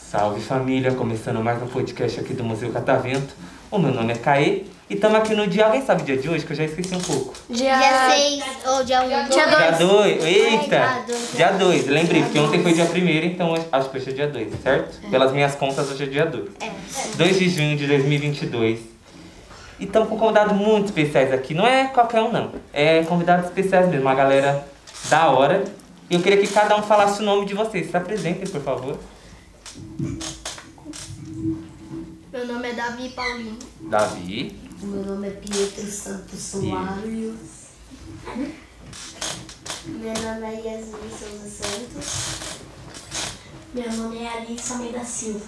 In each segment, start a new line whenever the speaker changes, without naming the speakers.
Salve família, começando mais um podcast aqui do Museu Catavento. O meu nome é Caê e estamos aqui no dia. Alguém sabe o dia de hoje? Que eu já esqueci um pouco.
Dia,
Dia 6 ou dia 1. Um,
Dia
Dia
Dois.
2, eita!
Ai, dois.
Dia 2, lembrei, porque ontem foi dia 1 então hoje- acho que hoje é dia 2, certo? Pelas minhas contas, hoje é dia 2. 2 de junho de 2022. E estamos com convidados muito especiais aqui, não é qualquer um não, é convidados especiais mesmo, uma galera da hora. E eu queria que cada um falasse o nome de vocês, se apresentem, por favor.
Meu nome é Davi Paulinho.
Davi,
Meu nome é Pietro Santos Soares.
Meu nome é Yasmin Souza Santos.
Meu nome é Alice Almeida Silva.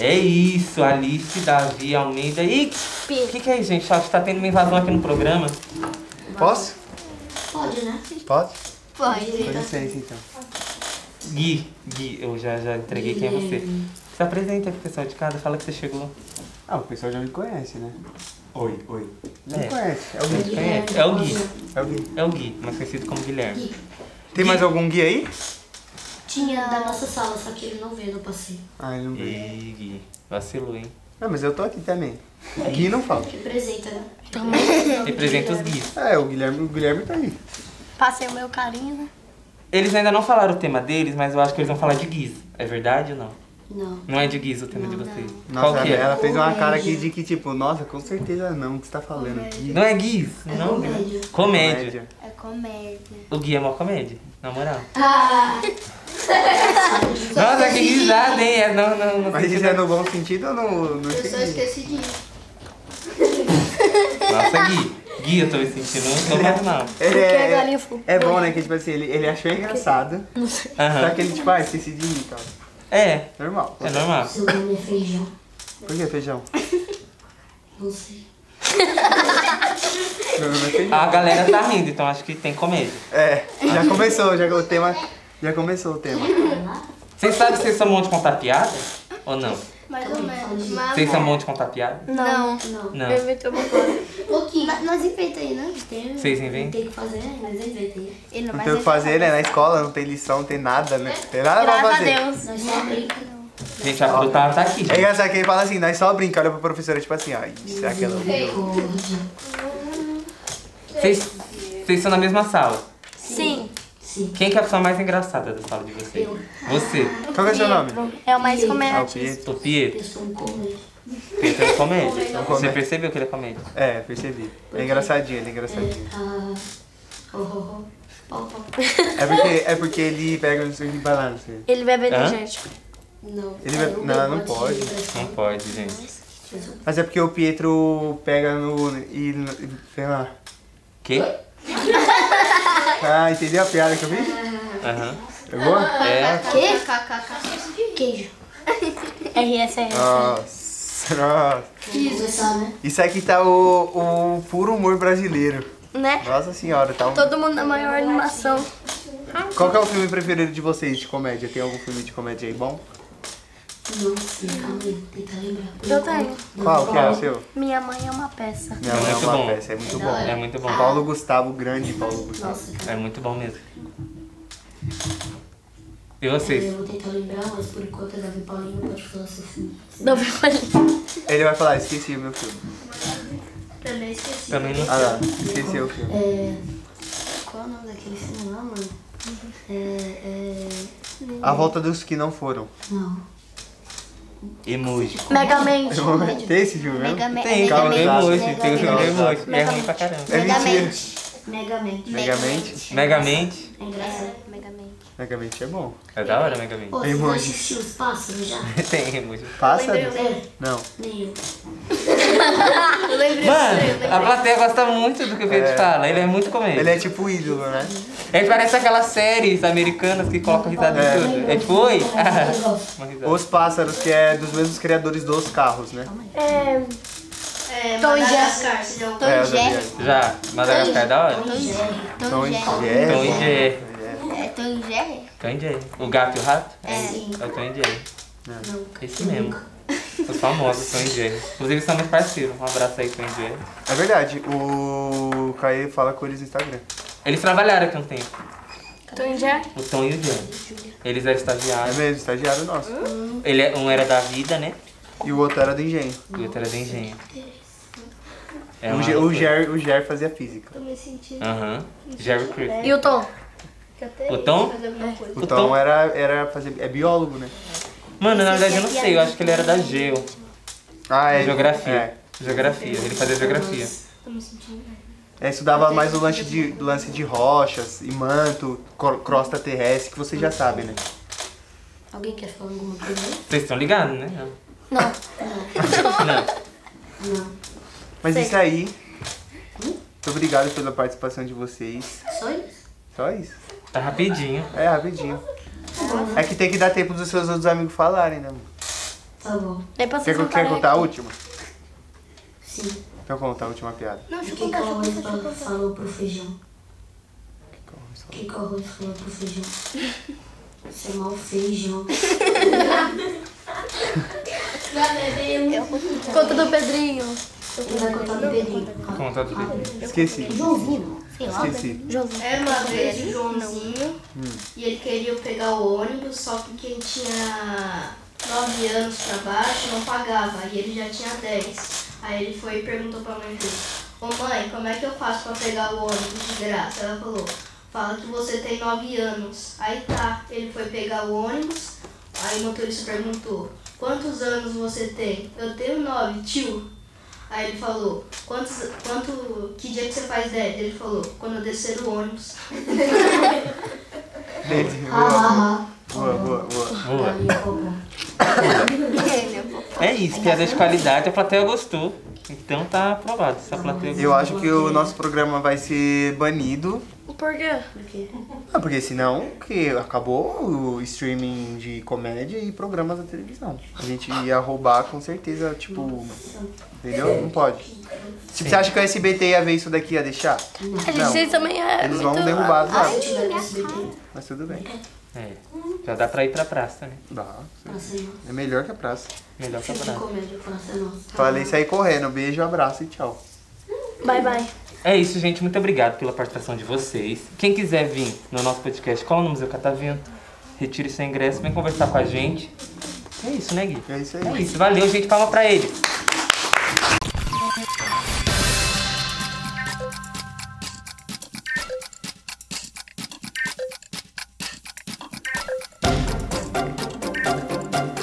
É isso, Alice, Davi, Almeida. E o que, que é isso, gente? Acho que tá tendo uma invasão aqui no programa.
Posso?
Pode, né? tá
Pode? Com
Pode.
licença, então.
Gui, Gui, eu já, já entreguei quem é você. Se apresenta pro pessoal de casa, fala que você chegou.
Ah, o pessoal já me conhece, né?
Oi, oi.
Já me
É.
conhece. É o
Quem
Gui.
conhece? É o Gui.
É o Gui.
É o Gui, mais conhecido como Guilherme.
Tem mais algum Gui aí?
Tinha da nossa sala, só que ele não veio no passeio.
Ah,
É.
ele não veio.
Ih, Gui, vacilou, hein?
Ah, mas eu tô aqui também.
É
Gui não falta.
Representa, né?
Representa os Guis.
É, o Guilherme, o Guilherme tá aí.
Passei o meu carinho, né?
Eles ainda não falaram o tema deles, mas eu acho que eles vão falar de Guis. É verdade ou não?
Não.
Não é de Guis o tema de vocês.
Nossa,
Qual que é?
ela fez uma cara aqui de que tipo, nossa, com certeza não, o que você tá falando aqui?
Não é Guis? não,
comédia.
Gui. Comédia.
É
Tá
comédia.
O Gui é mó comédia, na moral.
Ah,
Nossa, que risada, hein? É, não, não, não
Mas
sei
isso
se-
é no bom sentido ou no, no sentido?
esqueci
Nossa, Gui. Gui, eu tô me sentindo tô mais mal.
Ele
Porque agora eu
é,
fui.
é bom, né? Que tipo assim, ele, ele achou engraçado. Só
Aham.
que ele, tipo, ah, esqueci de mim, cara.
É,
Normal.
é normal.
seu nome é Feijão.
Por que feijão?
Não sei.
Meu nome é feijão.
A galera tá rindo, então acho que tem comédia.
É, já começou, já o tema. Já começou o tema.
Vocês sabem se vocês são bons de contar piada? Ou não?
Mais ou menos. Mas...
Vocês são bons de contar piada?
Não.
Não.
Não.
Eu inventei uma coisa.
Um pouquinho.
Na- Nós inventamos, né?
Tem,
Vocês inventam?
Tem que fazer, mas eu inventei.
E
Não
mas
tem o
eu-
que fazer, né? Na escola não tem lição, não tem nada, né? Tem nada pra
Graças a
fazer.
Deus.
Nós só brincamos.
Gente, a fruta ela tá aqui.
É
gente.
engraçado que ele fala assim, nós só brinca, olha pra professora, tipo assim, ó, isso é aquela.
Misericórdia.
Vocês vocês são na mesma sala.
Sim.
Sim.
Quem que é a pessoa mais engraçada da sala de vocês? Você.
Qual que é o seu nome?
É o mais
Ah, o
comédia.
Pietro.
O Pietro.
Eu sou um comer.
Pietro é comédia. Você
comédia.
percebeu que ele é comédia?
É, percebi. É engraçadinho, ele é engraçadinho.
Ah. Oh, oh, oh. Pau, pau.
É porque, é porque ele pega o seu embalado. assim.
Ele bebe
Hã?
energético.
Não.
Ele vai-
Eu
não, não
gosto de
pode.
ir
Não pode, gente.
Mas é porque o Pietro pega no. e. e- sei lá.
Quê?
É. Ah, entendeu a piada que eu fiz?
Aham.
Pegou?
É.
pra- Queijo.
RSR.
Nossa, nossa.
Vamos começar, né?
Isso aqui tá o, o puro humor brasileiro.
Né?
Nossa senhora, tá um.
Todo mundo na maior animação.
Qual que é o filme preferido de vocês de comédia? Tem algum filme de comédia aí bom?
Não sei, calma aí. Tenta lembrar.
Eu tenho.
Qual que é o seu?
Minha mãe é uma peça.
Minha
É
mãe é
muito
uma
bom.
peça, é muito bom.
É muito bom.
Paulo Gustavo, grande Paulo Gustavo.
Nossa, cara.
É muito bom mesmo. E
Eu
vocês?
vou tentar lembrar, mas por enquanto é Davi Paulinho, pode falar seu filme.
Não, viu?
Ele vai falar, esqueci o meu filme.
Também esqueci.
Também não
Ah lá, esqueci o filme.
É. Qual é o nome daquele filme lá, mano? É. é...
A volta dos que não foram.
Não.
Emoji.
Mega Man.
Tem esse filme mesmo?
Mega Man.
Tem,
Mega
calma,
Man.
tem
Megamente.
emoji. Tem o filme do emoji. É ruim pra caramba.
É mentira.
Megamente.
Megamente.
Megamente.
É engraçado.
Mega Man.
Megamente é bom.
É da hora, Megamente.
Pô, você já
Emoji.
assistiu os pássaros já?
Tem emoji.
Passa?
É,
Não.
nem eu.
Eu lembrei
Mano, a plateia gosta muito do que o Pedro
É.
fala. Ele é muito comédia.
Ele é tipo o ídolo, né?
Ele parece aquelas séries americanas que colocam risada
É.
em tudo. É tipo, oi?
Eu gosto.
Uma risada.
Os Pássaros, que é dos mesmos criadores dos carros, né?
É. Tom e Jerry. Tom
é,
e
eu já vi
Jerry.
essa.
Já, Madagascar é da hora?
Tom e Jerry.
Tom
Tom
e
e Jerry.
Tom
Jerry.
e Jerry.
É Tom e Jerry?
Tom e Jerry. O gato e o rato?
É.
É o Tom e Jerry. Esse mesmo. Os famosos, Tom e Jerry. Inclusive, são meus parceiros. Um abraço aí, Tom e Jerry.
É verdade, o Caê fala com eles no Instagram.
Eles trabalharam aqui um tempo,
Tom já?
o Tom e o Jerry. Eles eram
É
estagiários.
mesmo, estagiário nosso.
Ele, é- um era da vida, né?
E o outro era do engenho.
E o outro era do engenho. É
o,
uma
Ge- o,
loucura.
Ger, o Ger fazia física.
Eu me senti
Aham. Jerry Crick.
E o Tom?
que até
O Tom?
ia fazer alguma coisa.
O,
O
Tom,
Tom-
era, era fazer, é biólogo, né?
Mano, na verdade eu não sei, eu acho que ele era da Geo.
Ah, é.
Geografia.
É,
Geografia, ele fazia geografia.
Tô me sentindo bem.
É, estudava mais o lance de, lance de rochas e manto, cor- crosta terrestre, que você já sabe, né?
Alguém quer falar alguma coisa?
Vocês estão ligados, né? Não. Não.
Mas isso aí. Muito obrigado pela participação de vocês.
Só isso?
Só isso.
Tá rapidinho.
É, rapidinho. É que tem que dar tempo dos seus outros amigos falarem, né? mano?
Tá bom.
Daí passa
Quer,
Santa
quer
Maria.
contar a última?
Sim.
Então conta a última piada.
Não,
O
deixa
que
eu
que
contar,
o
deixa eu
arroz
contar, deixa eu contar.
falou pro feijão? O que que o arroz falou pro feijão? Você é mal feijão.
Conta do Pedrinho.
Ele vai contar do Pedrinho.
Conta tudo.
Esqueci.
Joãozinho.
Sei lá.
Esqueci.
Joãozinho.
Era É uma vez o Joãozinho e ele queria pegar o ônibus, só que quem tinha 9 anos pra baixo não pagava e ele já tinha 10. Aí ele foi e perguntou pra mãe dele: Ô mãe, como é que eu faço pra pegar o ônibus de graça? Ela falou: Fala que você tem 9 anos. Aí tá, ele foi pegar o ônibus, aí o motorista perguntou: Quantos anos você tem? Eu tenho 9, tio. Aí ele falou, quantos, quanto, que dia que você faz 10? Ele falou, quando eu descer do ônibus.
Entendi.
Ah,
Boa, boa, boa.
Boa.
ah,
É isso, piada de qualidade, a plateia gostou. Então tá aprovado. Se a plateia
Eu acho que o nosso programa vai ser banido.
Por quê?
Ah, porque senão que acabou o streaming de comédia e programas da televisão. A gente ia roubar com certeza, tipo. Entendeu? Não pode. Se você acha que o SBT ia ver isso daqui, ia deixar?
A gente vocês também é
Eles vão
muito...
derrubar as
Se
aulas.
tiver no SBT,
Mas tudo bem.
É. Já dá pra ir pra praça, né?
Dá.
praça é nossa.
É melhor que a praça.
Melhor pra
Filme de
praça.
comédia, praça é nossa.
Falei, sair correndo. Beijo, abraço e tchau.
Bye, bye.
É isso, gente. Muito obrigado pela participação de vocês. Quem quiser vir no nosso podcast Cola no Museu Catavento, retire seu ingresso, vem conversar com a gente. É isso, né, Gui?
É isso aí.
É isso. Valeu, gente. Palma pra ele.